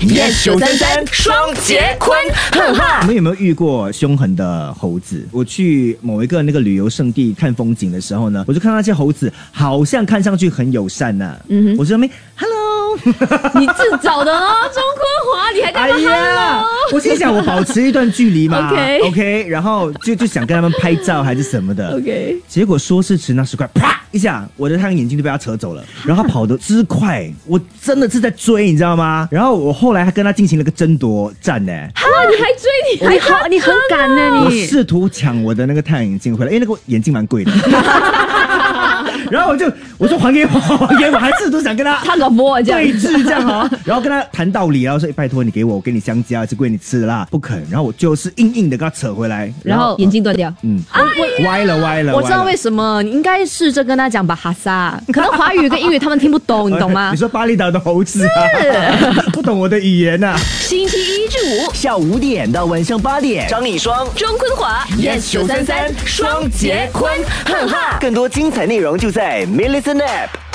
yes 九三三双节棍，哈哈你。们有没有遇过凶狠的猴子？我去某一个那个旅游胜地看风景的时候呢，我就看到那些猴子好像看上去很友善呐、啊嗯哼我说哎没，hello，你自找的哦，钟坤华，你还干嘛哎呀 hello？，我心想我保持一段距离嘛 OK ，OK，然后就就想跟他们拍照还是什么的 OK 结果说是迟那是快，啪一下，我的太阳眼镜就被他扯走了，然后他跑得之快，我真的是在追，你知道吗？然后我后来还跟他进行了个争夺战呢、哇，你还追你，你还啊好，你很敢呢、我你。试图抢我的那个太阳眼镜回来，因为哎那个眼镜蛮贵的。 然后我就我说还给我，还给我，还试图想跟他他老婆 这对样，峙这样啊，然后跟他谈道理，然后说、哎拜托你给我，我给你香蕉，是归你吃的啦，不肯。然后我就是硬硬的跟他扯回来，然后眼镜断掉。哎嗯，歪了歪了，我知道为什什么，你应该试着跟他讲吧，哈萨。可能华语跟英语他们听不懂，你懂吗 你？说巴厘岛的猴子啊， 不懂我的语言呐、啊。星期一至五，下午五点到晚上八点，张一双，钟坤华 yes 九三三双节棍，哈哈。更多精彩内容就在 m i l l i c e n App。